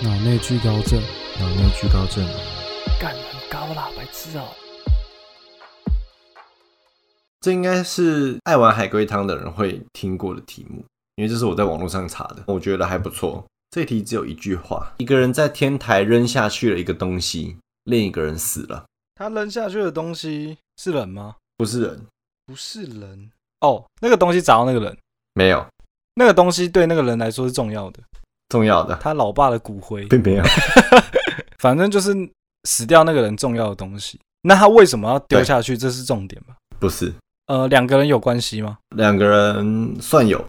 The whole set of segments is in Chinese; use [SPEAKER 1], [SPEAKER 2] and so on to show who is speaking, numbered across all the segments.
[SPEAKER 1] 脑内聚高症，
[SPEAKER 2] 脑内聚高症，
[SPEAKER 3] 干很高啦，白痴哦、
[SPEAKER 2] 这应该是爱玩海龟汤的人会听过的题目，因为这是我在网络上查的，我觉得还不错。这题只有一句话：一个人在天台扔下去了一个东西，另一个人死了，
[SPEAKER 3] 他扔下去的东西是人吗？
[SPEAKER 2] 不是人，
[SPEAKER 3] 不是人哦，那个东西砸到那个人，
[SPEAKER 2] 没有
[SPEAKER 3] 那个东西对那个人来说是重要的，
[SPEAKER 2] 重要的，
[SPEAKER 3] 他老爸的骨灰，
[SPEAKER 2] 并没有。
[SPEAKER 3] 反正就是死掉那个人重要的东西。那他为什么要丢下去？这是重点吧？
[SPEAKER 2] 不是，
[SPEAKER 3] 呃，两个人有关系吗？
[SPEAKER 2] 两个人算有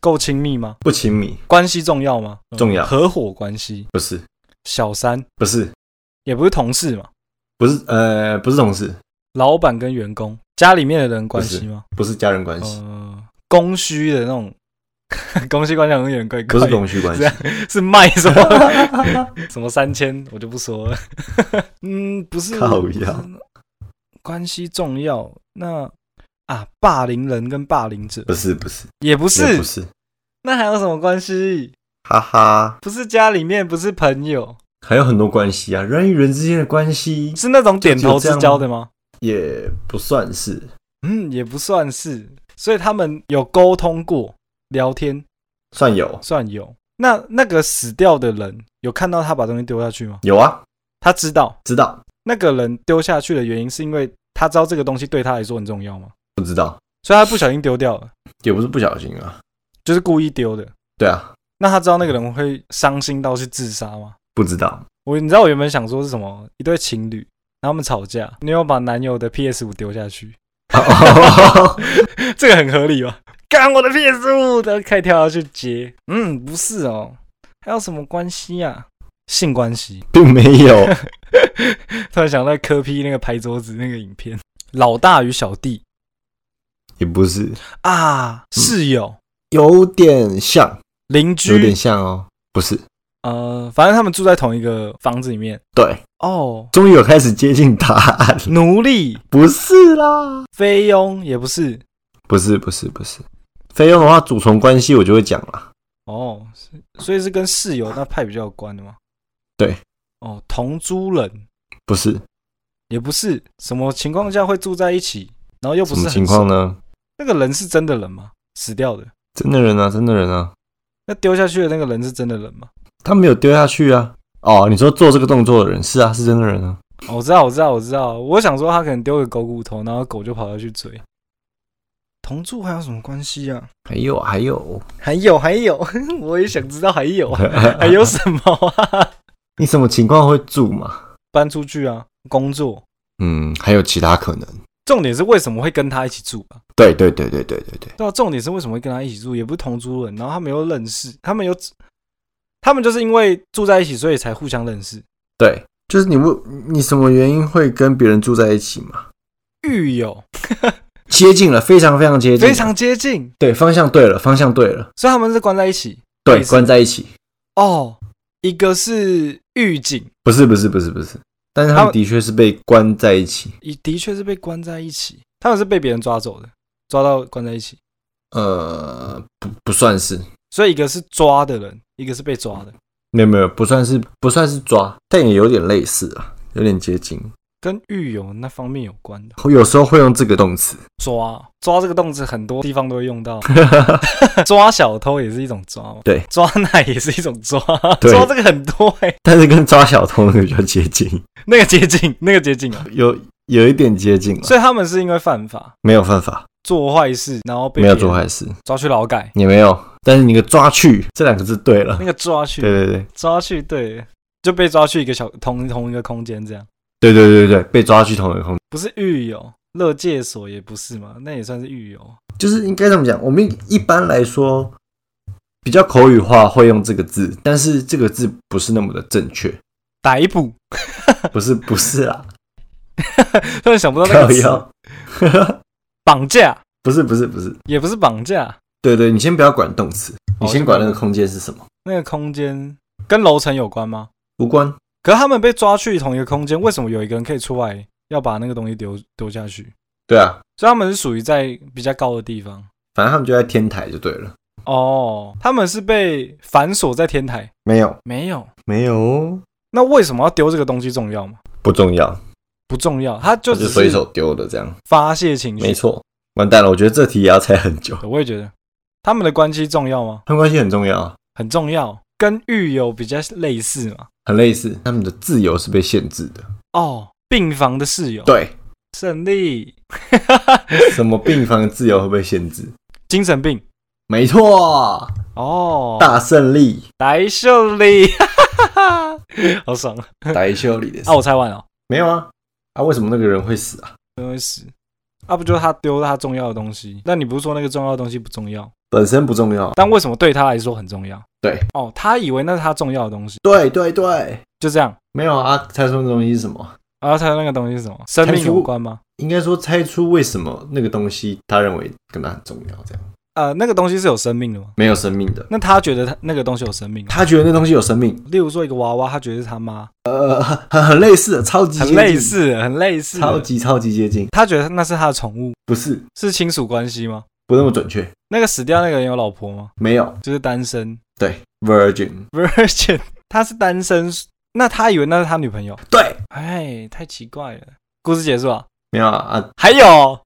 [SPEAKER 3] 够亲密吗？
[SPEAKER 2] 不亲密，
[SPEAKER 3] 关系重要吗？嗯
[SPEAKER 2] 重要
[SPEAKER 3] 合伙关系，
[SPEAKER 2] 不是，
[SPEAKER 3] 小三
[SPEAKER 2] 不是，
[SPEAKER 3] 也不是同事嘛，
[SPEAKER 2] 不是，呃，不是同事，
[SPEAKER 3] 老板跟员工，家里面的人关系吗？
[SPEAKER 2] 不是家人关系，
[SPEAKER 3] 呃，供需的那种， 供需关系好像有点怪怪
[SPEAKER 2] 不
[SPEAKER 3] 的，
[SPEAKER 2] 是供需关系
[SPEAKER 3] 这，样 是卖什么 什么三千，我就不说了。 嗯，不是
[SPEAKER 2] 靠
[SPEAKER 3] 不是
[SPEAKER 2] 腰
[SPEAKER 3] 关系重要。那啊，霸凌人跟霸凌者
[SPEAKER 2] 不是，不是，
[SPEAKER 3] 也不
[SPEAKER 2] 也
[SPEAKER 3] 是，
[SPEAKER 2] 不是，
[SPEAKER 3] 那还有什么关系？
[SPEAKER 2] 哈哈，
[SPEAKER 3] 不是家里面，不是朋友，
[SPEAKER 2] 还有很多关系啊，人与人之间的关系
[SPEAKER 3] 是那种点头之交
[SPEAKER 2] 就这
[SPEAKER 3] 的
[SPEAKER 2] 样
[SPEAKER 3] 吗？
[SPEAKER 2] 也不算是，
[SPEAKER 3] 嗯，也不算是。所以他们有沟通过，聊天
[SPEAKER 2] 算有，
[SPEAKER 3] 算有。那那个死掉的人有看到他把东西丢下去吗？
[SPEAKER 2] 有啊，
[SPEAKER 3] 他知道
[SPEAKER 2] 知道
[SPEAKER 3] 那个人丢下去的原因是因为他知道这个东西对他来说很重要吗？
[SPEAKER 2] 不知道，
[SPEAKER 3] 所以他不小心丢掉了，
[SPEAKER 2] 也不是不小心啊，
[SPEAKER 3] 就是故意丢的。
[SPEAKER 2] 对啊，
[SPEAKER 3] 那他知道那个人会伤心到去自杀吗？
[SPEAKER 2] 不知道，
[SPEAKER 3] 我你知道我原本想说是什么？一对情侣，然后他们吵架，女友把男友的 PS 五丢下去，这个很合理吧？干我的 PS 五，然后开跳下去接。嗯，不是哦，还有什么关系啊？性关系。
[SPEAKER 2] 并没有，
[SPEAKER 3] 突然想到柯 P 那个拍桌子那个影片，老大与小弟
[SPEAKER 2] 也不是，
[SPEAKER 3] 啊，室友、
[SPEAKER 2] 有点像，
[SPEAKER 3] 邻
[SPEAKER 2] 嗯有点
[SPEAKER 3] 居，
[SPEAKER 2] 像哦，不是，
[SPEAKER 3] 呃，反正他们住在同一个房子里面。
[SPEAKER 2] 对，
[SPEAKER 3] 哦，
[SPEAKER 2] 终于有开始接近答案 了，
[SPEAKER 3] 奴隶、
[SPEAKER 2] 不是啦，
[SPEAKER 3] 菲佣也不是
[SPEAKER 2] 不是，不是，不是，菲佣的话，主从关系我就会讲啦，
[SPEAKER 3] 哦，是所以是跟室友那派比较有关的吗？
[SPEAKER 2] 对。
[SPEAKER 3] 哦，同租人
[SPEAKER 2] 不是，
[SPEAKER 3] 也不是什么情况下会住在一起，然后又不是
[SPEAKER 2] 什么
[SPEAKER 3] 很
[SPEAKER 2] 情况
[SPEAKER 3] 熟？
[SPEAKER 2] 呢？
[SPEAKER 3] 那个人是真的人吗？死掉的？
[SPEAKER 2] 真的人啊，真的人啊，
[SPEAKER 3] 那丢下去的那个人是真的人吗？
[SPEAKER 2] 他没有丢下去啊，哦，你说做这个动作的人是啊，是真的人啊，
[SPEAKER 3] 哦，我知道，我知道，我知道。我想说他可能丢个狗骨头，然后狗就跑下去追。同住还有什么关系啊？
[SPEAKER 2] 还有啊，还有。
[SPEAKER 3] 还有还有， 我也想知道还有啊 还有什么啊？
[SPEAKER 2] 你什么情况会住嘛？
[SPEAKER 3] 搬出去啊，工作。
[SPEAKER 2] 嗯，还有其他可能。
[SPEAKER 3] 重点是为什么会跟他一起住啊吧？
[SPEAKER 2] 对对对对对对对，
[SPEAKER 3] 对啊，重点是为什么会跟他一起住，也不是同族人，然后他们又认识，他们又，他们就是因为住在一起，所以才互相认识。
[SPEAKER 2] 对，就是你为你什么原因会跟别人住在一起嘛？
[SPEAKER 3] 狱友
[SPEAKER 2] 接近了，非常非常接近了，
[SPEAKER 3] 非常接近，
[SPEAKER 2] 对，方向对了，方向对了，
[SPEAKER 3] 所以他们是关在一起。
[SPEAKER 2] 对
[SPEAKER 3] 类，似
[SPEAKER 2] 关在一起。
[SPEAKER 3] 哦，一个是狱警，
[SPEAKER 2] 不是不是不是不是，但是他
[SPEAKER 3] 他们
[SPEAKER 2] 们的确是被关在一起。
[SPEAKER 3] 也的确是被关在一起，他们是被别人抓走的，抓到关在一起。
[SPEAKER 2] 呃，不不算是，
[SPEAKER 3] 所以一个是抓的人，一个是被抓的，
[SPEAKER 2] 没有没有，不算是不算是抓，但也有点类似啊，有点接近。
[SPEAKER 3] 跟狱友那方面有关的。
[SPEAKER 2] 有时候会用这个动词，
[SPEAKER 3] 抓抓这个动词，很多地方都会用 到。 抓小偷也是一种抓嘛，
[SPEAKER 2] 对
[SPEAKER 3] 抓奶也是一种抓，
[SPEAKER 2] 对
[SPEAKER 3] 抓这个很多哎、
[SPEAKER 2] 但是跟抓小偷那个比较接近，
[SPEAKER 3] 那个接近，那个接近啊。
[SPEAKER 2] 有有一点接近了，
[SPEAKER 3] 所以他们是因为犯法、
[SPEAKER 2] 没有办法，
[SPEAKER 3] 做坏事，然后被
[SPEAKER 2] 没有
[SPEAKER 3] 别人
[SPEAKER 2] 做坏事。
[SPEAKER 3] 抓去劳改，
[SPEAKER 2] 也没有，但是你个抓去这两个字对了
[SPEAKER 3] 那。个抓去
[SPEAKER 2] 对对对
[SPEAKER 3] 抓去，对，就被抓去一个小同同一个空间这样，
[SPEAKER 2] 对对对对，被抓去同一个空间，
[SPEAKER 3] 不是狱友，乐界所也不是嘛，那也算是狱友。
[SPEAKER 2] 就是应该这么讲。我们一般来说比较口语化会用这个字，但是这个字不是那么的正确，
[SPEAKER 3] 逮捕，
[SPEAKER 2] 不是不是啦，
[SPEAKER 3] 突然想不到那
[SPEAKER 2] 靠
[SPEAKER 3] 个词。
[SPEAKER 2] 腰，
[SPEAKER 3] 绑架
[SPEAKER 2] 不是不是不是，
[SPEAKER 3] 也不是绑架，
[SPEAKER 2] 对对，你先不要管动词，你先管那个
[SPEAKER 3] 空
[SPEAKER 2] 空间是什么，
[SPEAKER 3] 那个空间跟楼层有关吗？
[SPEAKER 2] 无关，
[SPEAKER 3] 可是他们被抓去同一个空间，为什么有一个人可以出来要把那个东西丢丢下去？
[SPEAKER 2] 对啊，
[SPEAKER 3] 所以他们是属于在比较高的地方
[SPEAKER 2] 反正他们就在天台就对了，
[SPEAKER 3] 哦。他们是被反锁在天台，
[SPEAKER 2] 没有
[SPEAKER 3] 没有
[SPEAKER 2] 没有哦，
[SPEAKER 3] 那为什么要丢这个东西重要吗？
[SPEAKER 2] 不重要，
[SPEAKER 3] 不重要，它就
[SPEAKER 2] 他
[SPEAKER 3] 只
[SPEAKER 2] 就随
[SPEAKER 3] 是
[SPEAKER 2] 手丢的这样。
[SPEAKER 3] 发泄情
[SPEAKER 2] 没
[SPEAKER 3] 绪。
[SPEAKER 2] 错，完蛋了，我觉得这题也要猜很久。
[SPEAKER 3] 我也觉得他们的关系重要吗？
[SPEAKER 2] 他们关系很重要，啊
[SPEAKER 3] 很重要，跟狱友比较类似嘛。
[SPEAKER 2] 很类似，他们的自由是被限制的。
[SPEAKER 3] 哦，病房的室友，
[SPEAKER 2] 对，
[SPEAKER 3] 胜利，
[SPEAKER 2] 什么病房自由会被限制？
[SPEAKER 3] 精神病。
[SPEAKER 2] 没 错，
[SPEAKER 3] 哦，
[SPEAKER 2] 大胜利，
[SPEAKER 3] 白秀丽，哈哈哈哈 好爽啊！
[SPEAKER 2] 白修理的事
[SPEAKER 3] 啊，我猜完了，
[SPEAKER 2] 没有啊？啊，为什么那个人会死啊？
[SPEAKER 3] 怎么会死？啊，不就是他丢了他重要的东西？那你不是说那个重要的东西不重要？
[SPEAKER 2] 本身不重要。啊
[SPEAKER 3] 但为什么对他来说很重要？
[SPEAKER 2] 对，
[SPEAKER 3] 哦，他以为那是他重要的东西，
[SPEAKER 2] 对对对，
[SPEAKER 3] 就这样。
[SPEAKER 2] 没有啊。猜出那东西是什么？
[SPEAKER 3] 然后他那个东西是什么？生命有关吗？
[SPEAKER 2] 应该说猜出为什么那个东西他认为跟他很重要，这样
[SPEAKER 3] 呃，那个东西是有生命的吗？
[SPEAKER 2] 没有生命的，
[SPEAKER 3] 那他觉得他那个东西有生命吗？
[SPEAKER 2] 他觉得那东西有生命，
[SPEAKER 3] 例如说一个娃娃，他觉得是他妈，
[SPEAKER 2] 呃，很很很类似的，超级接
[SPEAKER 3] 很
[SPEAKER 2] 近
[SPEAKER 3] 类，似，很类似，
[SPEAKER 2] 超。级超级接近，
[SPEAKER 3] 他觉得那是他的宠物，
[SPEAKER 2] 不是
[SPEAKER 3] 是亲属关系吗？
[SPEAKER 2] 不那么准确，
[SPEAKER 3] 那个死掉那个人有老婆吗？
[SPEAKER 2] 没有
[SPEAKER 3] 就是单身
[SPEAKER 2] 对 virgin，
[SPEAKER 3] ，virgin，他 是单身，那他以为那是他女朋友，
[SPEAKER 2] 对，
[SPEAKER 3] 哎，太奇怪了。故事结束了，
[SPEAKER 2] 没有啊啊，
[SPEAKER 3] 还有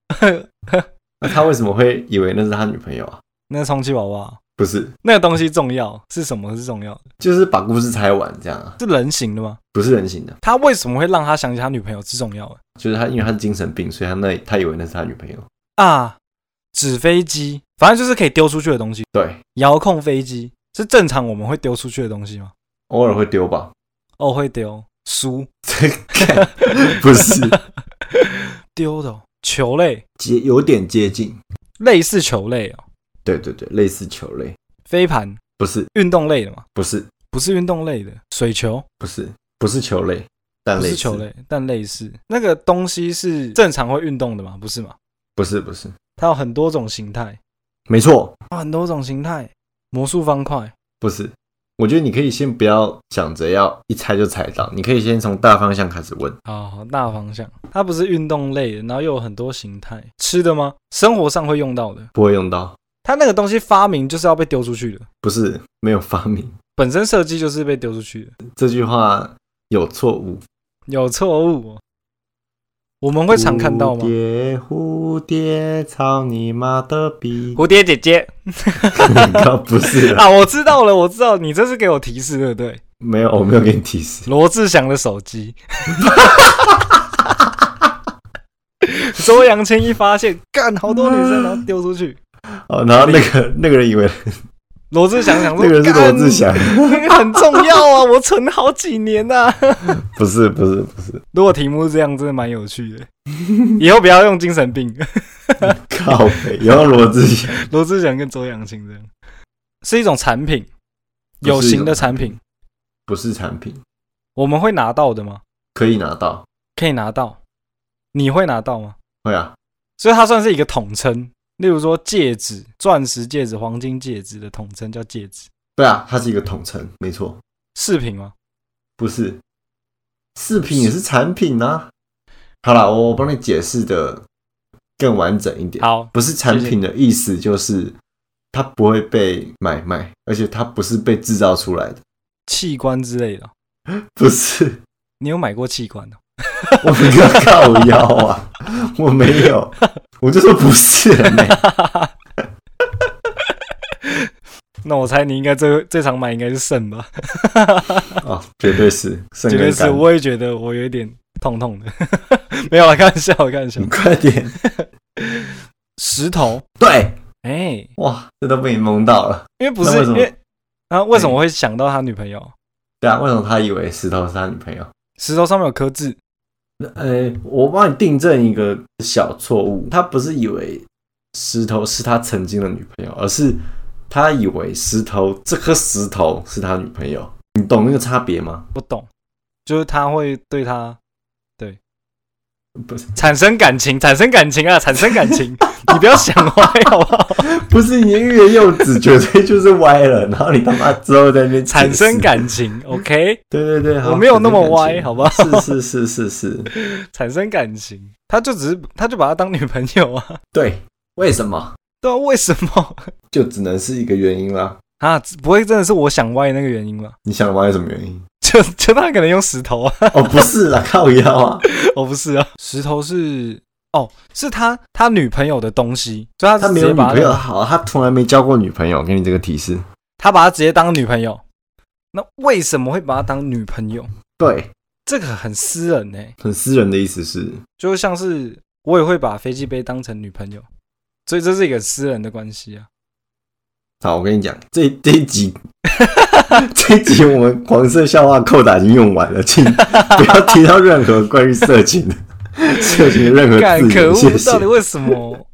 [SPEAKER 2] 那他为什么会以为那是他女朋友啊？
[SPEAKER 3] 那个充气娃娃，
[SPEAKER 2] 不是，
[SPEAKER 3] 那个东西重要是什么是重要的？
[SPEAKER 2] 就是把故事猜完这样啊，
[SPEAKER 3] 是人形的吗？
[SPEAKER 2] 不是人形的，
[SPEAKER 3] 他为什么会让他想起他女朋友是重要的
[SPEAKER 2] 就是他因为他是精神病，所以他那他以为那是他女朋友，
[SPEAKER 3] 啊？纸飞机，反正就是可以丢出去的东西。
[SPEAKER 2] 对，
[SPEAKER 3] 遥控飞机是正常我们会丢出去的东西吗？
[SPEAKER 2] 偶尔会丢吧，
[SPEAKER 3] 哦，会丢书
[SPEAKER 2] 这个不是
[SPEAKER 3] 丢的哦、球类，
[SPEAKER 2] 接有点接近，
[SPEAKER 3] 类似球类哦，
[SPEAKER 2] 对对对，类似球类，
[SPEAKER 3] 飞盘
[SPEAKER 2] 不是
[SPEAKER 3] 运动类的嘛，
[SPEAKER 2] 不是
[SPEAKER 3] 不是运动类的，水球
[SPEAKER 2] 不是不是球类，但
[SPEAKER 3] 不
[SPEAKER 2] 类
[SPEAKER 3] 是
[SPEAKER 2] 似
[SPEAKER 3] 球类，但类似那个东西是正常会运动的嘛，不是嘛？
[SPEAKER 2] 不是不是，
[SPEAKER 3] 它有很多种形态，
[SPEAKER 2] 没错，
[SPEAKER 3] 啊，很多种形态，魔术方块，
[SPEAKER 2] 不是。我觉得你可以先不要想着要一猜就猜到，你可以先从大方向开始问。
[SPEAKER 3] 啊，大方向，它不是运动类的，然后又有很多形态，吃的吗？生活上会用到的，
[SPEAKER 2] 不会用到，
[SPEAKER 3] 它那个东西发明就是要被丢出去的，
[SPEAKER 2] 不是没有发明。
[SPEAKER 3] 本身设计就是被丢出去的。
[SPEAKER 2] 这句话有错误，
[SPEAKER 3] 有错误哦，我们会常看到吗
[SPEAKER 2] 蝴？蝶蝴蝶操你妈的 逼！
[SPEAKER 3] 蝴蝶姐姐
[SPEAKER 2] 靠不是啦，
[SPEAKER 3] 啊，我知道了，我知道，你这是给我提示对不对？
[SPEAKER 2] 没有，我没有给你提示。
[SPEAKER 3] 罗志祥的手 机，周扬青一发现，干好多女生，然后丢出 去。
[SPEAKER 2] 哦，然后那个那个人以为
[SPEAKER 3] 罗志祥想说，
[SPEAKER 2] 那个人是罗志祥，
[SPEAKER 3] 干，那个 很重要啊，我存好几年呐、啊。
[SPEAKER 2] 不是不是不是，
[SPEAKER 3] 如果题目是这样，真的蛮有趣 的。以后不要用精神病，
[SPEAKER 2] 靠北，然后罗志祥
[SPEAKER 3] 罗志祥跟周扬青这样，是一种产品，有
[SPEAKER 2] 不是一种
[SPEAKER 3] 形的产品。
[SPEAKER 2] 不是产品，
[SPEAKER 3] 我们会拿到的吗？
[SPEAKER 2] 可以拿到，
[SPEAKER 3] 可以拿到，你会拿到吗？
[SPEAKER 2] 会啊，
[SPEAKER 3] 所以它算是一个统称。例如说戒指、钻石戒指、黄金戒指的统称叫戒指。
[SPEAKER 2] 对啊，它是一个统称，没错，
[SPEAKER 3] 饰品吗？
[SPEAKER 2] 不是饰品也是产品啊。好啦，我我帮你解释的更完整一点。
[SPEAKER 3] 好，
[SPEAKER 2] 不是产品的意思，就是它不会被买卖，而且它不是被制造出来的，
[SPEAKER 3] 器官之类的。
[SPEAKER 2] 不是
[SPEAKER 3] 你有买过器官的？
[SPEAKER 2] 我没有靠腰啊， 我没有，我就说不是了没，
[SPEAKER 3] 那我猜你应该最最常买应该是肾吧？
[SPEAKER 2] 哦，绝对是，肾
[SPEAKER 3] 绝
[SPEAKER 2] 跟
[SPEAKER 3] 对是，
[SPEAKER 2] 肝，
[SPEAKER 3] 我也觉得我有一点痛痛的。 没有啦，啊开玩笑，开玩笑
[SPEAKER 2] 你。快点，
[SPEAKER 3] 石头，
[SPEAKER 2] 对，
[SPEAKER 3] 哎、
[SPEAKER 2] 哇，这都被你蒙到了，
[SPEAKER 3] 因为不
[SPEAKER 2] 那
[SPEAKER 3] 是
[SPEAKER 2] 为什
[SPEAKER 3] 因
[SPEAKER 2] 么
[SPEAKER 3] 为啊，为什么会想到他女朋友？
[SPEAKER 2] 对啊，为什么他以为石头是他女朋友？
[SPEAKER 3] 石头上面有刻字，
[SPEAKER 2] 呃，我帮你订正一个小错误，他不是以为石头是他曾经的女朋友，而是他以为石头这颗石头是他女朋友。你懂那个差别吗？
[SPEAKER 3] 不懂，就是他会对他
[SPEAKER 2] 不是，
[SPEAKER 3] 产生感情，产生感情啊，产生感情， 你不要想歪好 不好？
[SPEAKER 2] 不是你欲言又止，绝对就是歪了。然后你他妈之后在那边解释
[SPEAKER 3] 产生，感情，OK，
[SPEAKER 2] 对对对，好
[SPEAKER 3] 我没有那么歪
[SPEAKER 2] 产生感情
[SPEAKER 3] 好不好
[SPEAKER 2] 是是是是是，
[SPEAKER 3] 产生感情，他就只是，他就把她当女朋友啊，
[SPEAKER 2] 对，为什么？
[SPEAKER 3] 对啊，为什么
[SPEAKER 2] 就只能是一个原因啦。
[SPEAKER 3] 啊？不会真的是我想歪那个原因吧？
[SPEAKER 2] 你想歪有什么原因？
[SPEAKER 3] 就就他可能用石头啊，
[SPEAKER 2] 哦，不是啦， 靠腰啊，
[SPEAKER 3] 我不是啊，石头是哦，是他他女朋友的东西，所以他
[SPEAKER 2] 他
[SPEAKER 3] 直
[SPEAKER 2] 没有
[SPEAKER 3] 接
[SPEAKER 2] 女
[SPEAKER 3] 把
[SPEAKER 2] 朋友
[SPEAKER 3] 他
[SPEAKER 2] 好，他从来没交过女朋友，给你这个提示。
[SPEAKER 3] 他把他直接当女朋友，那为什么会把他当女朋友？
[SPEAKER 2] 对，
[SPEAKER 3] 这个很私人呢、
[SPEAKER 2] 很私人的意思是，
[SPEAKER 3] 就像是我也会把飞机杯当成女朋友，所以这是一个很私人的关系啊。
[SPEAKER 2] 好，我跟你讲，这这一集， 这一集我们黄色笑话扣打已经用完了，请不要提到任何关于色情 的色情的任何
[SPEAKER 3] 干
[SPEAKER 2] 字
[SPEAKER 3] 可
[SPEAKER 2] 眼，谢
[SPEAKER 3] 恶，到底
[SPEAKER 2] 谢。
[SPEAKER 3] 为什么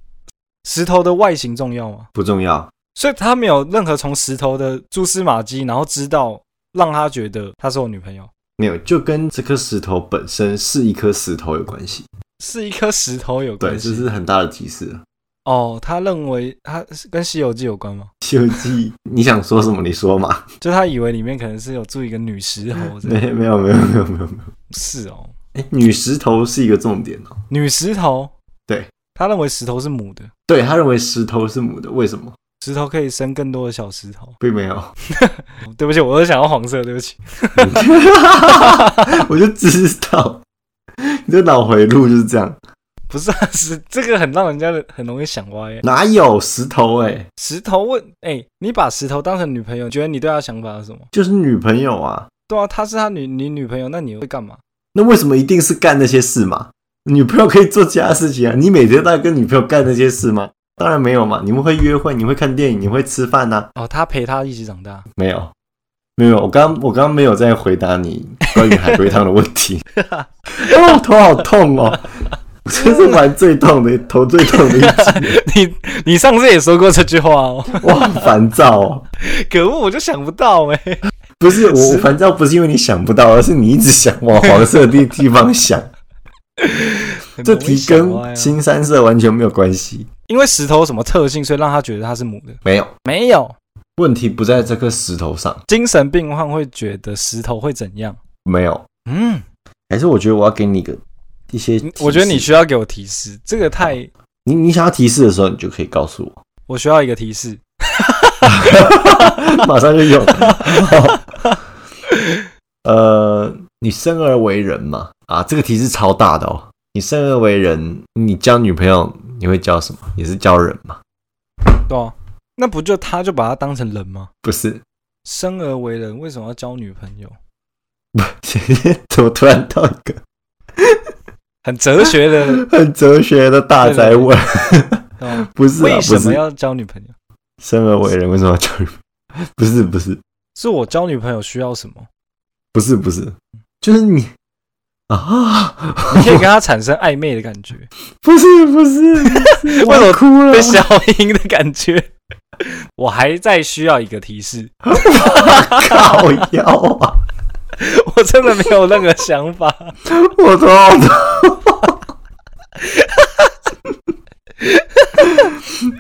[SPEAKER 3] 石头的外形重要吗？
[SPEAKER 2] 不重要，
[SPEAKER 3] 所以他没有任何从石头的蛛丝马迹，然后知道让他觉得她是我女朋友，
[SPEAKER 2] 没有，就跟这颗石头本身是一颗石头有关系。
[SPEAKER 3] 是一颗石头有
[SPEAKER 2] 对，
[SPEAKER 3] 关
[SPEAKER 2] 这
[SPEAKER 3] 系。
[SPEAKER 2] 是很大的提示 了。
[SPEAKER 3] 哦，他认为他是跟《西游记》有关吗？
[SPEAKER 2] 《西游记》，你想说什么？你说嘛。
[SPEAKER 3] 就他以为里面可能是有住一个女石头，这
[SPEAKER 2] 没没有没有没有没有没有。
[SPEAKER 3] 是哦，
[SPEAKER 2] 哎，女石头是一个重点哦。
[SPEAKER 3] 女石头。
[SPEAKER 2] 对，
[SPEAKER 3] 他认为石头是母的，
[SPEAKER 2] 对他认为石头是母的，为什么？
[SPEAKER 3] 石头可以生更多的小石头。
[SPEAKER 2] 并没有，
[SPEAKER 3] 对不起，我又想要黄色，对不起。
[SPEAKER 2] 我就知道，你这脑回路就是这样。
[SPEAKER 3] 不是、啊，是这个很让人家很容易想歪耶。
[SPEAKER 2] 哪有石头、欸？
[SPEAKER 3] 石头问，哎、你把石头当成女朋友，你觉得你对她想法是什么？
[SPEAKER 2] 就是女朋友啊。
[SPEAKER 3] 对啊，她是她女你女朋友，那你会干嘛？
[SPEAKER 2] 那为什么一定是干那些事嘛？女朋友可以做其他事情啊。你每天都在跟女朋友干那些事吗？当然没有嘛。你们会约会，你会看电影，你会吃饭呐、啊
[SPEAKER 3] 哦，她陪她一起长大。
[SPEAKER 2] 没有，没有。我刚我刚没有在回答你关于海龟汤的问题。哦，头好痛哦！ 我这是玩最痛的，头最痛的一集，
[SPEAKER 3] 你你上次也说过这句话哦，
[SPEAKER 2] 我好烦躁哦。
[SPEAKER 3] 可恶，我就想不到哎、
[SPEAKER 2] 不是我，
[SPEAKER 3] 是
[SPEAKER 2] 我烦躁不是因为你想不到，而是你一直想往黄色的地 方想。
[SPEAKER 3] 很
[SPEAKER 2] 这
[SPEAKER 3] 容易
[SPEAKER 2] 题
[SPEAKER 3] 想歪
[SPEAKER 2] 跟
[SPEAKER 3] 啊
[SPEAKER 2] 新三色完全没有关系，
[SPEAKER 3] 因为石头有什么特性，所以让她觉得她是母的？
[SPEAKER 2] 没有
[SPEAKER 3] 没有，
[SPEAKER 2] 问题不在这颗石头上，
[SPEAKER 3] 精神病患会觉得石头会怎样？
[SPEAKER 2] 没有。
[SPEAKER 3] 嗯，
[SPEAKER 2] 还是我觉得我要给你一个一些提示，
[SPEAKER 3] 我觉得你需要给我提示，这个太
[SPEAKER 2] 你你想要提示的时候，你就可以告诉 我，
[SPEAKER 3] 我需要一个提示。
[SPEAKER 2] 马上就有。 呃，你生而为人嘛，啊，这个题是超大的哦。你生而为人，你交女朋友你会交什么？也是交人嘛？
[SPEAKER 3] 对啊，那不就他就把他当成人吗？
[SPEAKER 2] 不是？
[SPEAKER 3] 生而为人，为什么要交女朋友？
[SPEAKER 2] 怎么突然到一个
[SPEAKER 3] 很哲学 的，
[SPEAKER 2] 很哲学的大灾问？
[SPEAKER 3] 对吧
[SPEAKER 2] 不是、啊，
[SPEAKER 3] 为什
[SPEAKER 2] 不
[SPEAKER 3] 么
[SPEAKER 2] 是
[SPEAKER 3] 要交女朋友？
[SPEAKER 2] 生而为人为什么要教育？ 不是不是
[SPEAKER 3] 是我交女朋友需要什么？
[SPEAKER 2] 不是不是，就是你啊，
[SPEAKER 3] 你可以跟他产生暧昧的感觉，
[SPEAKER 2] 不是不是，为
[SPEAKER 3] 为什么
[SPEAKER 2] 哭了
[SPEAKER 3] 被？消音的感觉。我还在需要一个提示，
[SPEAKER 2] 靠腰啊！
[SPEAKER 3] 我真的没有任何想法。
[SPEAKER 2] 我头好痛！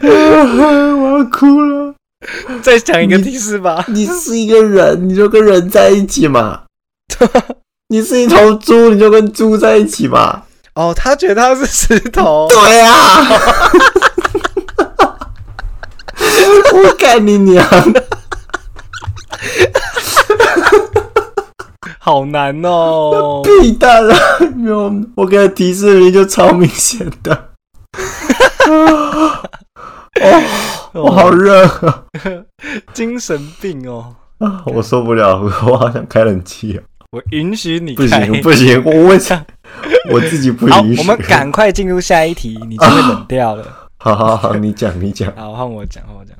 [SPEAKER 2] 我要哭了。
[SPEAKER 3] 再讲一个提示吧。
[SPEAKER 2] 你是一个人，你就跟人在一起嘛。 你是一头猪，你就跟猪在一起嘛。
[SPEAKER 3] 哦，他觉得他是石头，
[SPEAKER 2] 对啊， 我干你娘！
[SPEAKER 3] 好难 哦。
[SPEAKER 2] 屁蛋啊！没有，我给的提示名就超明显 的。哦
[SPEAKER 3] 哦
[SPEAKER 2] 我好热啊！
[SPEAKER 3] 精神病哦。
[SPEAKER 2] 啊我受不了，我好想开冷气啊！
[SPEAKER 3] 我允许你
[SPEAKER 2] 不
[SPEAKER 3] 开
[SPEAKER 2] 行不行，我我我自己不
[SPEAKER 3] 好
[SPEAKER 2] 允，许。
[SPEAKER 3] 我们赶快进入下一题，你就会冷掉 了。
[SPEAKER 2] 好好好，你讲你讲。
[SPEAKER 3] 好，换我讲，换我讲。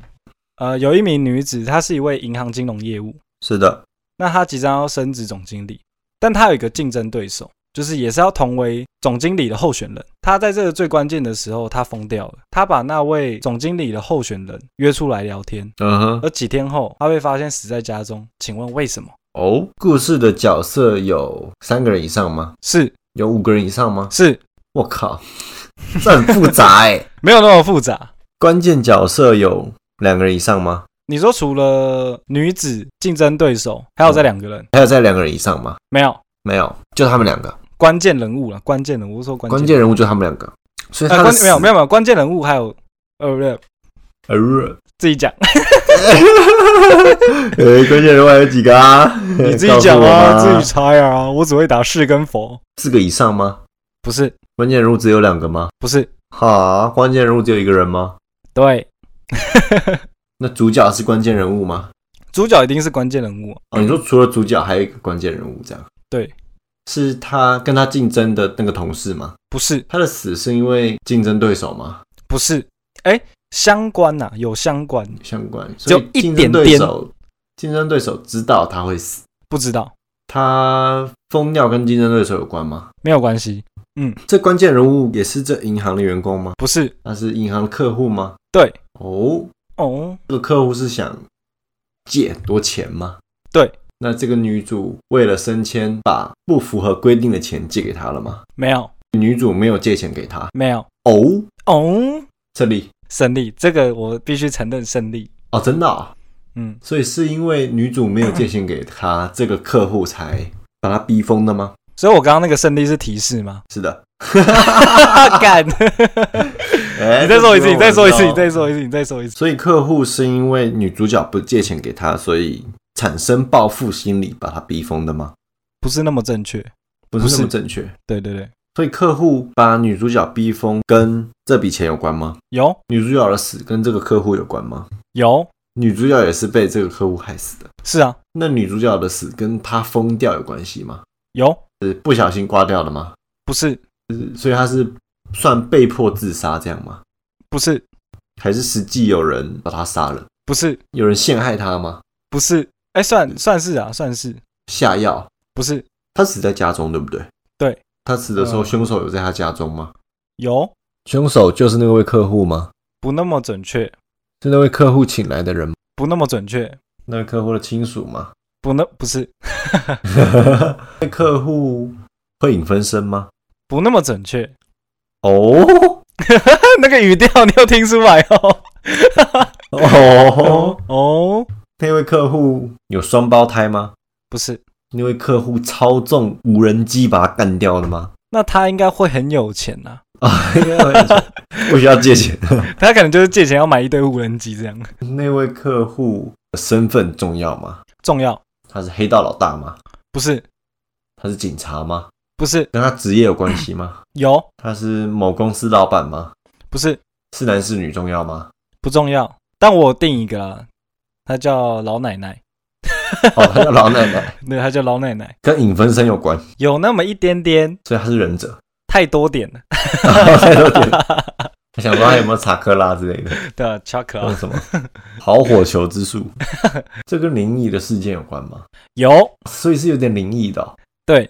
[SPEAKER 3] 呃，有一名女子，她是一位银行金融业务，
[SPEAKER 2] 是的，
[SPEAKER 3] 那她即将要升职总经理，但她有一个竞争对手，就是也是要同为总经理的候选人。她在这个最关键的时候，她疯掉了，她把那位总经理的候选人约出来聊天，
[SPEAKER 2] 嗯哼，
[SPEAKER 3] 而几天后，她被发现死在家中。请问为什么？
[SPEAKER 2] 哦，故事的角色有三个人以上吗？
[SPEAKER 3] 是
[SPEAKER 2] 有五个人以上吗？
[SPEAKER 3] 是，
[SPEAKER 2] 我靠，这很复杂哎、
[SPEAKER 3] 没有那么复杂。
[SPEAKER 2] 关键角色有两个人以上吗？
[SPEAKER 3] 你说除了女子竞争对手，还
[SPEAKER 2] 嗯
[SPEAKER 3] 有这两个人、
[SPEAKER 2] 还有在两个人以上吗？
[SPEAKER 3] 没有？
[SPEAKER 2] 没有，就他们两个。
[SPEAKER 3] 关键人物了，关键人物我是说关
[SPEAKER 2] 关
[SPEAKER 3] 键
[SPEAKER 2] 键人物就他们两个，所以
[SPEAKER 3] 呃
[SPEAKER 2] 他的
[SPEAKER 3] 关
[SPEAKER 2] 死
[SPEAKER 3] 没有没有没有关键人物还有呃不对，
[SPEAKER 2] 呃
[SPEAKER 3] 自己 讲，
[SPEAKER 2] 诶、呃关键人物还有几个啊？
[SPEAKER 3] 你自己讲
[SPEAKER 2] 告
[SPEAKER 3] 啊，
[SPEAKER 2] 诉我
[SPEAKER 3] 自
[SPEAKER 2] 吗
[SPEAKER 3] 己猜啊，我只会打是跟否，
[SPEAKER 2] 四个以上吗？
[SPEAKER 3] 不是，
[SPEAKER 2] 关键人物只有两个吗？
[SPEAKER 3] 不是，
[SPEAKER 2] 哈，关键人物只有一个人吗？
[SPEAKER 3] 对，
[SPEAKER 2] 那主角是关键人物吗？
[SPEAKER 3] 主角一定是关键人物，啊
[SPEAKER 2] 哦，你说除了主角还有一个关键人物，这样
[SPEAKER 3] 对，
[SPEAKER 2] 是他跟他竞争的那个同事吗？
[SPEAKER 3] 不是，
[SPEAKER 2] 他的死是因为竞争对手吗？
[SPEAKER 3] 不是，哎，相关呐、有相关，
[SPEAKER 2] 相关，
[SPEAKER 3] 只有
[SPEAKER 2] 所以
[SPEAKER 3] 一
[SPEAKER 2] 竞
[SPEAKER 3] 点
[SPEAKER 2] 争对
[SPEAKER 3] 点
[SPEAKER 2] 手，竞争对手知道他会死，
[SPEAKER 3] 不知道，
[SPEAKER 2] 他疯掉跟竞争对手有关吗？
[SPEAKER 3] 没有关系，
[SPEAKER 2] 这关键人物也是这银行的员工吗？
[SPEAKER 3] 不是，
[SPEAKER 2] 他是银行的客户吗？
[SPEAKER 3] 对，
[SPEAKER 2] 哦，
[SPEAKER 3] 哦，
[SPEAKER 2] 这个客户是想借很多钱吗？
[SPEAKER 3] 对。
[SPEAKER 2] 那这个女主为了升迁，把不符合规定的钱借给他了吗？
[SPEAKER 3] 没有，
[SPEAKER 2] 女主没有借钱给他。
[SPEAKER 3] 没有，
[SPEAKER 2] 哦，
[SPEAKER 3] 哦，
[SPEAKER 2] 这里
[SPEAKER 3] 胜利，这个我必须承认胜利，
[SPEAKER 2] 哦，真的、啊，
[SPEAKER 3] 嗯，
[SPEAKER 2] 所以是因为女主没有借钱给他，这个客户才把他逼疯的吗？
[SPEAKER 3] 所以我刚刚那个胜利是提示吗？
[SPEAKER 2] 是的。
[SPEAKER 3] 干，
[SPEAKER 2] 哎
[SPEAKER 3] 你再说一次，你再说一次，你再。
[SPEAKER 2] 这不用我知道
[SPEAKER 3] 说一次，你再说一次，
[SPEAKER 2] 所以客户是因为女主角不借钱给他，所以产生报复心理，把他逼疯的吗？
[SPEAKER 3] 不是那么正确，
[SPEAKER 2] 不
[SPEAKER 3] 不是
[SPEAKER 2] 是那么正确。
[SPEAKER 3] 对对对，
[SPEAKER 2] 所以客户把女主角逼疯，跟这笔钱有关吗？
[SPEAKER 3] 有
[SPEAKER 2] 女主角的死跟这个客户有关吗？
[SPEAKER 3] 有，
[SPEAKER 2] 女主角也是被这个客户害死的。
[SPEAKER 3] 是啊，
[SPEAKER 2] 那女主角的死跟她疯掉有关系吗？
[SPEAKER 3] 有，
[SPEAKER 2] 是不小心挂掉的吗？
[SPEAKER 3] 不是
[SPEAKER 2] 是所以她是算被迫自杀这样吗？
[SPEAKER 3] 不是
[SPEAKER 2] 还是实际有人把她杀了？
[SPEAKER 3] 不是
[SPEAKER 2] 有人陷害她吗？
[SPEAKER 3] 不是，哎，算算是啊，算是，
[SPEAKER 2] 下药？
[SPEAKER 3] 不是
[SPEAKER 2] 她死在家中对不对？
[SPEAKER 3] 对。
[SPEAKER 2] 她死的时候，
[SPEAKER 3] 嗯
[SPEAKER 2] 凶手有在她家中吗？
[SPEAKER 3] 有，
[SPEAKER 2] 凶手就是那位客户吗？
[SPEAKER 3] 不那么准确，
[SPEAKER 2] 是那位客户请来的人吗？
[SPEAKER 3] 不那么准确，
[SPEAKER 2] 那位客户的亲属 吗？
[SPEAKER 3] 不那不是
[SPEAKER 2] 那客户会影分身吗？
[SPEAKER 3] 不那么准确，
[SPEAKER 2] 哦
[SPEAKER 3] 那个语调你有听出来哦？
[SPEAKER 2] 哦，
[SPEAKER 3] 哦，
[SPEAKER 2] 那位客户有双胞胎吗？
[SPEAKER 3] 不是，
[SPEAKER 2] 那位客户操纵无人机把他干掉了 吗？
[SPEAKER 3] 那他应该会很有钱呐、
[SPEAKER 2] 啊，不需要借钱。
[SPEAKER 3] 他可能就是借钱要买一堆无人机这样，
[SPEAKER 2] 那位客户的身份重要吗？
[SPEAKER 3] 重要
[SPEAKER 2] 他是黑道老大吗？
[SPEAKER 3] 不是
[SPEAKER 2] 他是警察吗？
[SPEAKER 3] 不是
[SPEAKER 2] 跟他职业有关系吗？
[SPEAKER 3] 有
[SPEAKER 2] 他是某公司老板吗？
[SPEAKER 3] 不是
[SPEAKER 2] 是男是女重要吗？
[SPEAKER 3] 不重要，但我定一个啦，他叫老奶奶，
[SPEAKER 2] 哦，他叫老奶奶，
[SPEAKER 3] 对，他叫老奶奶，
[SPEAKER 2] 跟影分身有关，
[SPEAKER 3] 有那么一点点，
[SPEAKER 2] 所以他是忍 者。
[SPEAKER 3] 太多点了，
[SPEAKER 2] 太多点了，我想说他有没有查克拉之类的。
[SPEAKER 3] 的巧克
[SPEAKER 2] 那
[SPEAKER 3] 力
[SPEAKER 2] 是什么好火球之术，这跟灵异的事件有关吗？
[SPEAKER 3] 有
[SPEAKER 2] 所以是有点灵异的
[SPEAKER 3] 对，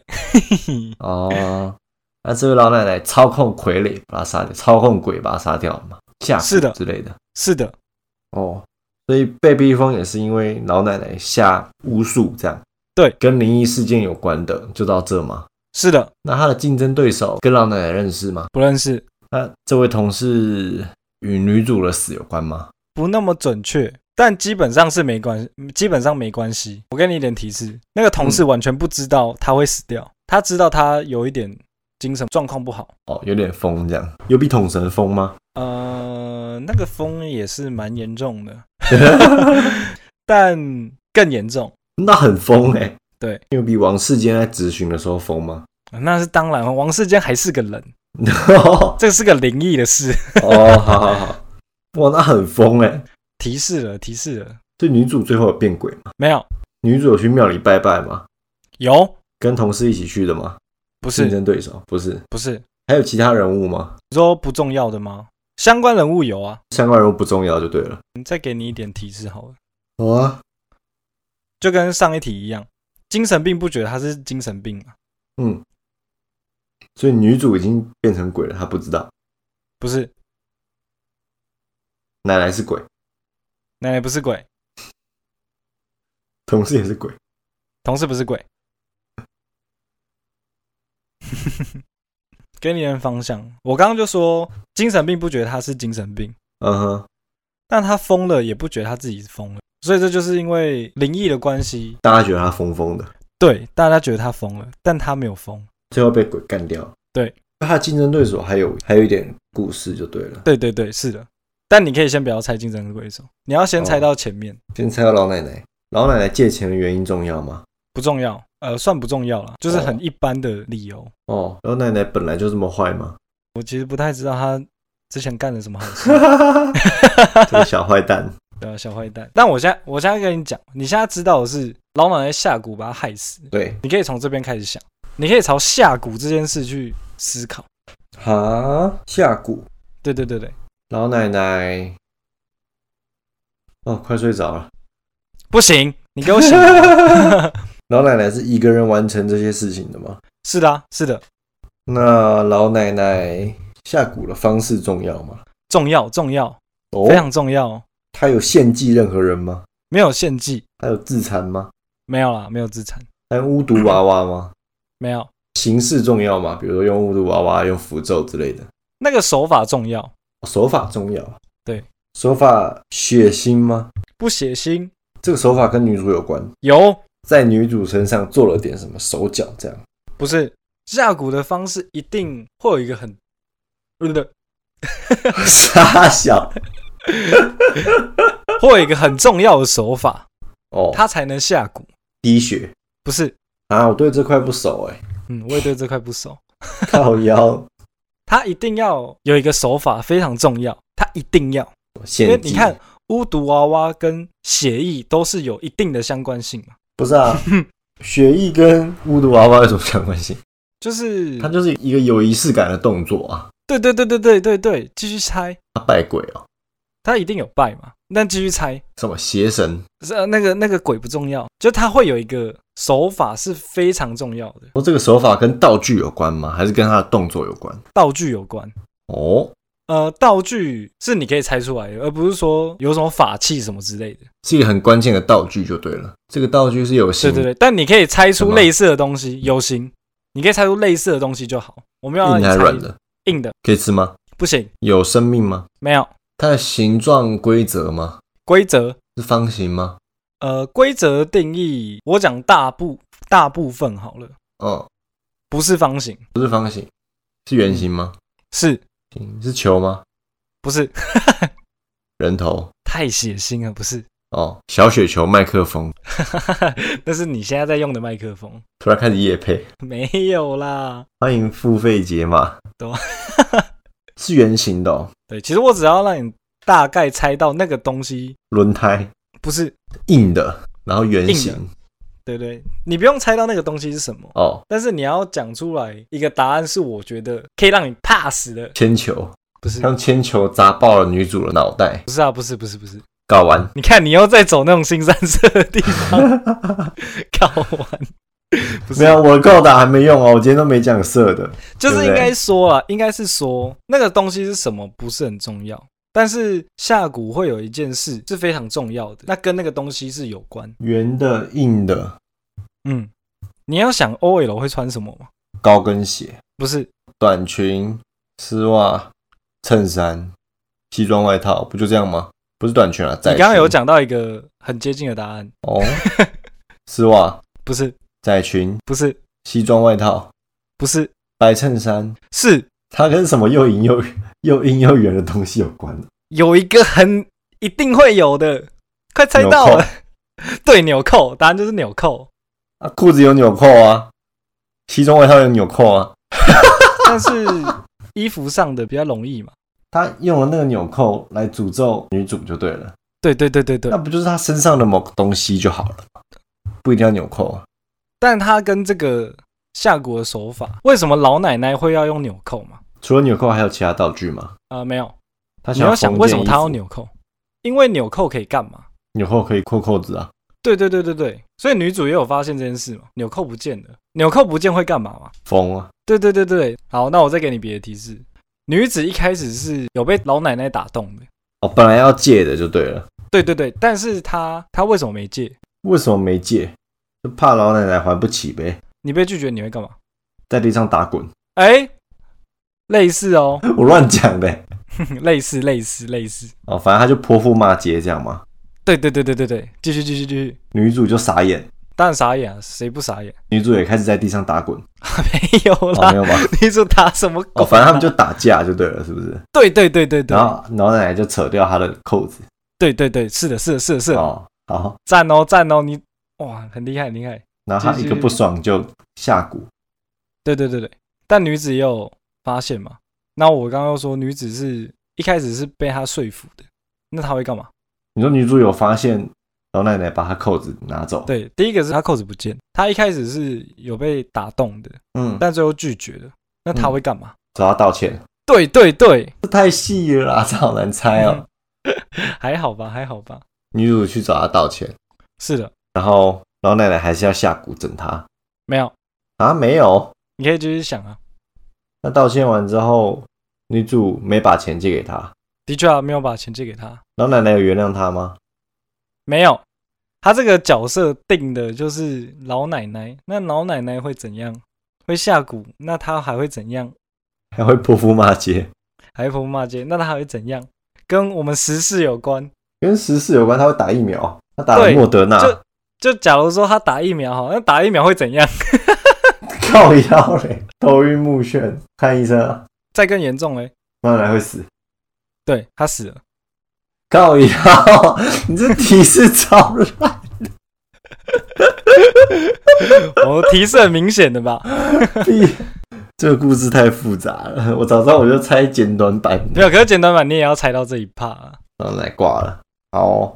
[SPEAKER 2] 哦。 哦那这位老奶奶操控傀儡把他杀掉，操控鬼把他杀掉了嘛？吓唬
[SPEAKER 3] 是的
[SPEAKER 2] 之类的
[SPEAKER 3] 是的，
[SPEAKER 2] 哦。所以被逼疯也是因为老奶奶下巫术这样。
[SPEAKER 3] 对
[SPEAKER 2] 跟灵异事件有关的就到这嘛。
[SPEAKER 3] 是的，
[SPEAKER 2] 那他的竞争对手跟老奶奶认识吗？
[SPEAKER 3] 不认识，
[SPEAKER 2] 那这位同事与女主的死有关吗？
[SPEAKER 3] 不那么准确，但基本上是没关系，基本上没关系。我给你一点提示，那个同事完全不知道他会死掉，他知道他有一点精神状况不好。
[SPEAKER 2] 哦，有点疯这样，有比桶神疯 吗？
[SPEAKER 3] 呃，那个风也是蛮严重的， 但更严重，
[SPEAKER 2] 那很疯哎、
[SPEAKER 3] 对，
[SPEAKER 2] 因为比王世坚在执询的时候疯吗？
[SPEAKER 3] 那是当然。王世坚还是个人，
[SPEAKER 2] 哦，
[SPEAKER 3] 这是个灵异的事。
[SPEAKER 2] 好好好，哇，那很疯哎、
[SPEAKER 3] 提示了，提示了，
[SPEAKER 2] 这女主最后有变鬼吗？
[SPEAKER 3] 没有，
[SPEAKER 2] 女主有去庙里拜拜吗？
[SPEAKER 3] 有，
[SPEAKER 2] 跟同事一起去的吗？
[SPEAKER 3] 不
[SPEAKER 2] 不竞
[SPEAKER 3] 是，
[SPEAKER 2] 争对手不是，
[SPEAKER 3] 不是，
[SPEAKER 2] 还有其他人物吗？
[SPEAKER 3] 你说不重要的吗？相关人物有啊，
[SPEAKER 2] 相关人物不重要就对了。
[SPEAKER 3] 嗯再给你一点提示好了。
[SPEAKER 2] 好啊，
[SPEAKER 3] 就跟上一题一样，精神病不觉得他是精神病啊嘛？
[SPEAKER 2] 嗯，所以女主已经变成鬼了，她不知道
[SPEAKER 3] 不是，
[SPEAKER 2] 奶奶是鬼，
[SPEAKER 3] 奶奶不是鬼，
[SPEAKER 2] 同事也是鬼，
[SPEAKER 3] 同事不是鬼， 给你点方向。我刚刚就说，精神病不觉得他是精神病，
[SPEAKER 2] 嗯哼，
[SPEAKER 3] 但他疯了也不觉得他自己疯了，所以这就是因为灵异的关系，
[SPEAKER 2] 大家觉得她疯疯的，
[SPEAKER 3] 对大家觉得他疯了，但他没有疯。
[SPEAKER 2] 最后被鬼干掉。
[SPEAKER 3] 对，
[SPEAKER 2] 她的竞争对手还有还有一点故事就对了。
[SPEAKER 3] 对对对，是的，但你可以先不要猜竞争对手，你要先猜到前面，
[SPEAKER 2] 先猜到老奶奶，老奶奶借钱的原因重要吗？
[SPEAKER 3] 不重要，呃，算不重要啦，就是很一般的理由。
[SPEAKER 2] 哦，老奶奶本来就这么坏 吗？
[SPEAKER 3] 我其实不太知道他之前干了什么好事。
[SPEAKER 2] 这个小坏蛋，
[SPEAKER 3] 对啊，小坏蛋。但我现在我现在跟你讲，你现在知道的是老奶奶下蛊把他害死，
[SPEAKER 2] 对，
[SPEAKER 3] 你可以从这边开始想，你可以朝下蛊这件事去思考。
[SPEAKER 2] 哈，下蛊，
[SPEAKER 3] 对对对对，
[SPEAKER 2] 老奶奶，哦，快睡着了。
[SPEAKER 3] 不行，你给我想 啊。
[SPEAKER 2] 老奶奶是一个人完成这些事情的吗？
[SPEAKER 3] 是的啊、是的，
[SPEAKER 2] 那老奶奶下蛊的方式重要吗？
[SPEAKER 3] 重要重要，
[SPEAKER 2] 哦
[SPEAKER 3] 非，常重要哦。
[SPEAKER 2] 她有献祭任何人吗？
[SPEAKER 3] 没有献祭，
[SPEAKER 2] 她有自残吗？
[SPEAKER 3] 没有啦，没有自残，
[SPEAKER 2] 她用巫毒娃 娃吗？
[SPEAKER 3] 没有。
[SPEAKER 2] 形式重要吗？比如说用巫毒娃娃、用符咒之类的。哦
[SPEAKER 3] 那个手法重要，
[SPEAKER 2] 手法重要，
[SPEAKER 3] 对，
[SPEAKER 2] 手法血腥吗？
[SPEAKER 3] 不血腥，
[SPEAKER 2] 这个手法跟女主有关，
[SPEAKER 3] 有
[SPEAKER 2] 在女主身上做了点什么手脚，这样
[SPEAKER 3] 不是下蛊的方式一定会有一个很，对不对？
[SPEAKER 2] 傻小
[SPEAKER 3] 会有一个很重要的手法，
[SPEAKER 2] 哦，
[SPEAKER 3] 它才能下蛊，
[SPEAKER 2] 滴血
[SPEAKER 3] 不是？
[SPEAKER 2] 啊，我对这块不熟哎、
[SPEAKER 3] 嗯，我也对这块不熟。
[SPEAKER 2] 靠腰
[SPEAKER 3] 它一定要有一个手法非常重要，它一定要， 因为
[SPEAKER 2] 献祭，
[SPEAKER 3] 你看巫毒娃娃跟血意都是有一定的相关性嘛，
[SPEAKER 2] 不是 啊，血意跟巫毒娃娃有什么相关性？
[SPEAKER 3] 就是
[SPEAKER 2] 它就是一个有仪式感的动作啊，
[SPEAKER 3] 对对对对对对对，继续猜，
[SPEAKER 2] 他拜鬼哦，
[SPEAKER 3] 它一定有拜嘛，但继续猜，
[SPEAKER 2] 什么邪神？
[SPEAKER 3] 是呃那个那个鬼不重要，就它会有一个手法是非常重要的，
[SPEAKER 2] 哦，这个手法跟道具有关吗？还是跟他的动作有关？
[SPEAKER 3] 道具有关。
[SPEAKER 2] 哦，
[SPEAKER 3] 呃，道具是你可以猜出来的，而不是说有什么法器什么之类的。
[SPEAKER 2] 是一个很关键的道具就对了。这个道具是有形
[SPEAKER 3] 对对对，但你可以猜
[SPEAKER 2] 什
[SPEAKER 3] 出
[SPEAKER 2] 么
[SPEAKER 3] 类似的东西，有形，你可以猜出类似的东西就好。我们要让
[SPEAKER 2] 硬
[SPEAKER 3] 你
[SPEAKER 2] 还
[SPEAKER 3] 猜
[SPEAKER 2] 是软的？
[SPEAKER 3] 硬的
[SPEAKER 2] 可以吃吗？
[SPEAKER 3] 不行，
[SPEAKER 2] 有生命吗？
[SPEAKER 3] 没有
[SPEAKER 2] 它的形状规则吗？
[SPEAKER 3] 规则。
[SPEAKER 2] 是方形吗？
[SPEAKER 3] 呃，规则定义我讲大部大部分好了，
[SPEAKER 2] 哦，
[SPEAKER 3] 不是方形，
[SPEAKER 2] 不是方形，是圆形吗？
[SPEAKER 3] 是嗯
[SPEAKER 2] 形是球吗？
[SPEAKER 3] 不是
[SPEAKER 2] 人头？
[SPEAKER 3] 太血腥了？不是，
[SPEAKER 2] 哦，小雪球麦克风，
[SPEAKER 3] 那是你现在在用的麦克风，
[SPEAKER 2] 突然开始夜配，
[SPEAKER 3] 没有啦。
[SPEAKER 2] 欢迎付费解码。
[SPEAKER 3] 懂
[SPEAKER 2] 是圆形的、哦，
[SPEAKER 3] 对，其实我只要让你大概猜到那个东西
[SPEAKER 2] 轮胎
[SPEAKER 3] 不是，
[SPEAKER 2] 硬的，然后圆
[SPEAKER 3] 硬
[SPEAKER 2] 形。
[SPEAKER 3] 对不对？你不用猜到那个东西是什么，
[SPEAKER 2] 哦，
[SPEAKER 3] 但是你要讲出来一个答案，是我觉得可以让你踏实的，
[SPEAKER 2] 铅球，
[SPEAKER 3] 不是
[SPEAKER 2] 他？用铅球砸爆了女主的脑袋，
[SPEAKER 3] 不是啊，不是，不是，不是。
[SPEAKER 2] 搞完。
[SPEAKER 3] 你看，你又在走那种新三色的地方 搞完， 不是啊
[SPEAKER 2] 没？有，我的扣打还没用哦，我今天都没讲色的。
[SPEAKER 3] 就是应
[SPEAKER 2] 对不
[SPEAKER 3] 该
[SPEAKER 2] 对
[SPEAKER 3] 说啊，应该是说那个东西是什么不是很重要，但是下蛊会有一件事是非常重要的，那跟那个东西是有关。
[SPEAKER 2] 圆的、硬的、
[SPEAKER 3] 嗯，你要想 OL 会穿什么吗？
[SPEAKER 2] 高跟鞋。
[SPEAKER 3] 不是，
[SPEAKER 2] 短裙、丝袜、衬衫、西装外套，不就这样吗？不是短裙啊，窄
[SPEAKER 3] 你
[SPEAKER 2] 裙。
[SPEAKER 3] 刚刚有讲到一个很接近的答案，
[SPEAKER 2] 哦， 丝袜、
[SPEAKER 3] 不是，
[SPEAKER 2] 窄裙、
[SPEAKER 3] 不是，
[SPEAKER 2] 西装外套、
[SPEAKER 3] 不是，
[SPEAKER 2] 白衬衫，
[SPEAKER 3] 是
[SPEAKER 2] 它跟什么又硬又又硬又圆的东西有关？
[SPEAKER 3] 有一个很一定会有的，快猜到
[SPEAKER 2] 纽
[SPEAKER 3] 了。 对，纽扣，答案就是纽扣。
[SPEAKER 2] 啊，裤子有纽扣啊，西装外套有纽扣啊。
[SPEAKER 3] 但是衣服上的比较容易嘛。
[SPEAKER 2] 他用了那个纽扣来诅咒女主就对了，
[SPEAKER 3] 对对对对对
[SPEAKER 2] 那，不就是他身上的某个东西就好了吗？不一定要纽扣啊。
[SPEAKER 3] 但它跟这个下蛊的手法，为什么老奶奶会要用纽扣嘛？
[SPEAKER 2] 除了纽扣，还有其他道具吗？
[SPEAKER 3] 啊、没有，
[SPEAKER 2] 他
[SPEAKER 3] 你要想为什么她
[SPEAKER 2] 他
[SPEAKER 3] 要纽扣？因为纽扣可以干嘛？
[SPEAKER 2] 纽扣可以扣扣子啊？
[SPEAKER 3] 对对对对对，所以女主也有发现这件事嘛，纽扣不见了，纽扣不见会干嘛嘛？
[SPEAKER 2] 疯啊！
[SPEAKER 3] 对对对对，好，那我再给你别的提示，女子一开始是有被老奶奶打动的，
[SPEAKER 2] 哦，本来要戒的就对了，
[SPEAKER 3] 对对对，但是她她为什么没戒？
[SPEAKER 2] 为什么没戒？就怕老奶奶还不起呗，
[SPEAKER 3] 你被拒绝你会干嘛？
[SPEAKER 2] 在地上打滚。
[SPEAKER 3] 哎，类似哦，
[SPEAKER 2] 我乱讲的。
[SPEAKER 3] 类似类似类似，
[SPEAKER 2] 哦，反正他就泼妇骂街这样嘛。
[SPEAKER 3] 对对对对对对，继续继续继续，
[SPEAKER 2] 女主就傻眼，
[SPEAKER 3] 当然傻眼啊，谁不傻眼？
[SPEAKER 2] 女主也开始在地上打滚，
[SPEAKER 3] 没有
[SPEAKER 2] 哦，
[SPEAKER 3] 啦，
[SPEAKER 2] 没有吧？
[SPEAKER 3] 你这打什么狗、啊
[SPEAKER 2] 哦，反正他们就打架就对了，是不是？
[SPEAKER 3] 对对对对对
[SPEAKER 2] 然，后，然后奶奶就扯掉她的扣子。
[SPEAKER 3] 对对对，是的，是的，是的，是的，
[SPEAKER 2] 哦，好，
[SPEAKER 3] 赞哦赞哦，你哇，很厉害，很厉害。
[SPEAKER 2] 然后她一个不爽就下蛊。
[SPEAKER 3] 对对对对，但女子也有发现嘛？那我刚刚又说女子是一开始是被他说服的，那他会干嘛？
[SPEAKER 2] 你说女主有发现老奶奶把她扣子拿走？，
[SPEAKER 3] 对，第一个是他扣子不见，他一开始是有被打动的，
[SPEAKER 2] 嗯，
[SPEAKER 3] 但最后拒绝了，那他会干嘛？
[SPEAKER 2] 找她道歉，
[SPEAKER 3] 对对对，
[SPEAKER 2] 这太细了啦，这好难猜哦。
[SPEAKER 3] 嗯还好吧，还好吧。
[SPEAKER 2] 女主去找她道歉，
[SPEAKER 3] 是的，
[SPEAKER 2] 然后老奶奶还是要下蛊整她
[SPEAKER 3] 没有，
[SPEAKER 2] 啊？没有，
[SPEAKER 3] 你可以继续想啊。
[SPEAKER 2] 那道歉完之后，女主没把钱借给她，
[SPEAKER 3] 的确啊，没有把钱借给他，
[SPEAKER 2] 老奶奶有原谅她吗？
[SPEAKER 3] 没有。他这个角色定的就是老奶奶，那老奶奶会怎样？会下蛊，那她还会怎样？
[SPEAKER 2] 还会泼妇骂街，
[SPEAKER 3] 还会泼妇骂街，那她还会怎样？跟我们时事有关。
[SPEAKER 2] 跟时事有关，她会打疫苗，她打了
[SPEAKER 3] 对
[SPEAKER 2] 莫德纳，
[SPEAKER 3] 就就假如说她打疫苗哈，那打疫苗会怎样？
[SPEAKER 2] 靠腰嘞，头晕目眩，看医生啊，
[SPEAKER 3] 再更严重嘞，
[SPEAKER 2] 老奶奶会死。
[SPEAKER 3] 对她死了。
[SPEAKER 2] 靠腰，你这提示超烂，
[SPEAKER 3] 我提示很明显的吧？
[SPEAKER 2] 屁这个故事太复杂了，我早知道我就猜简短版
[SPEAKER 3] 没
[SPEAKER 2] 的，
[SPEAKER 3] 有，可是简短版你也要猜到这一趴、啊。
[SPEAKER 2] 然后奶挂了。好哦、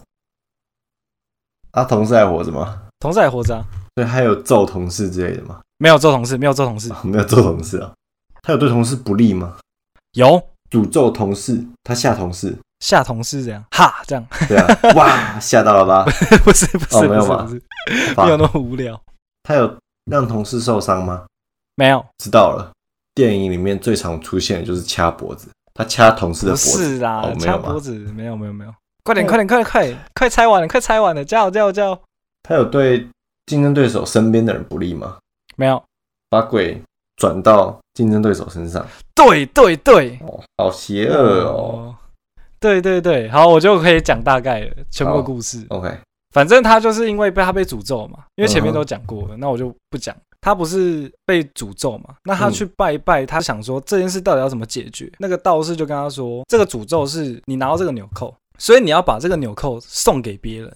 [SPEAKER 2] 啊，同事还活着吗？
[SPEAKER 3] 同事还活着、啊？
[SPEAKER 2] 所以还有揍同事之类的吗？
[SPEAKER 3] 没有做同事，没有做同事，
[SPEAKER 2] 啊没有揍同事啊，他有对同事不利吗？
[SPEAKER 3] 有
[SPEAKER 2] 诅咒同事，他吓同事，
[SPEAKER 3] 下同事这样哈这样，
[SPEAKER 2] 对啊，哇，吓到了吧？
[SPEAKER 3] 不是不是、
[SPEAKER 2] 哦没
[SPEAKER 3] 不
[SPEAKER 2] 有
[SPEAKER 3] 是
[SPEAKER 2] 吧
[SPEAKER 3] 不是，
[SPEAKER 2] 爸
[SPEAKER 3] 没有那么无聊，
[SPEAKER 2] 他有让同事受伤吗？
[SPEAKER 3] 没有，
[SPEAKER 2] 知道了，电影里面最常出现的就是掐脖子，他掐同事的
[SPEAKER 3] 不
[SPEAKER 2] 脖子，
[SPEAKER 3] 是啦，
[SPEAKER 2] 啊哦没有
[SPEAKER 3] 掐
[SPEAKER 2] 吗
[SPEAKER 3] 脖子没有没有没有，快点快点快点快点快拆完了快拆完了，加油加油加油！
[SPEAKER 2] 他有对竞争对手身边的人不利吗？
[SPEAKER 3] 没有，
[SPEAKER 2] 把鬼转到竞争对手身上，
[SPEAKER 3] 对对对，
[SPEAKER 2] 哦，好邪恶哦。
[SPEAKER 3] 哦对对对，好，我就可以讲大概了全部
[SPEAKER 2] 好哦
[SPEAKER 3] 故事。
[SPEAKER 2] OK，
[SPEAKER 3] 反正他就是因为被他被诅咒嘛，因为前面
[SPEAKER 2] 嗯哼
[SPEAKER 3] 都讲过了，那我就不讲。他不是被诅咒嘛？那他去拜一拜，他想说这件事到底要怎么解决？那个道士就跟他说，这个诅咒是你拿到这个纽扣，所以你要把这个纽扣送给别人，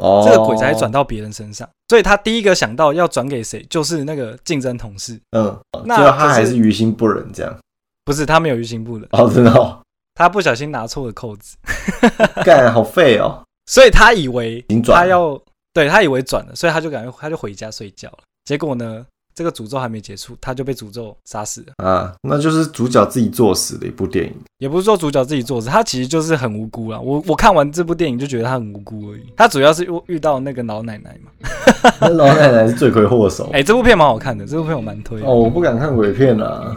[SPEAKER 2] 哦，
[SPEAKER 3] 这个鬼才转，到别人身上。所以他第一个想到要转给谁，就是那个竞争同事，
[SPEAKER 2] 嗯，
[SPEAKER 3] 那
[SPEAKER 2] 最后他
[SPEAKER 3] 可是
[SPEAKER 2] 还是于心不忍这样。
[SPEAKER 3] 不是他没有于心不忍，
[SPEAKER 2] 哦，真的哦，
[SPEAKER 3] 他不小心拿错了扣子，
[SPEAKER 2] 干好废哦，
[SPEAKER 3] 所以他以为
[SPEAKER 2] 已经转了
[SPEAKER 3] 他要对他以为转了，所以他就赶快他就回家睡觉了。结果呢，这个诅咒还没结束，他就被诅咒杀死了。
[SPEAKER 2] 啊，那就是主角自己作死的一部电影。
[SPEAKER 3] 也不是说主角自己作死，他其实就是很无辜啦。我我看完这部电影就觉得他很无辜而已。他主要是遇遇到那个老奶奶嘛。哎
[SPEAKER 2] 那老奶奶是罪魁祸首。哦
[SPEAKER 3] 哎、这部片蛮好看的，这部片我蛮推的。
[SPEAKER 2] 哦，我不敢看鬼片啊。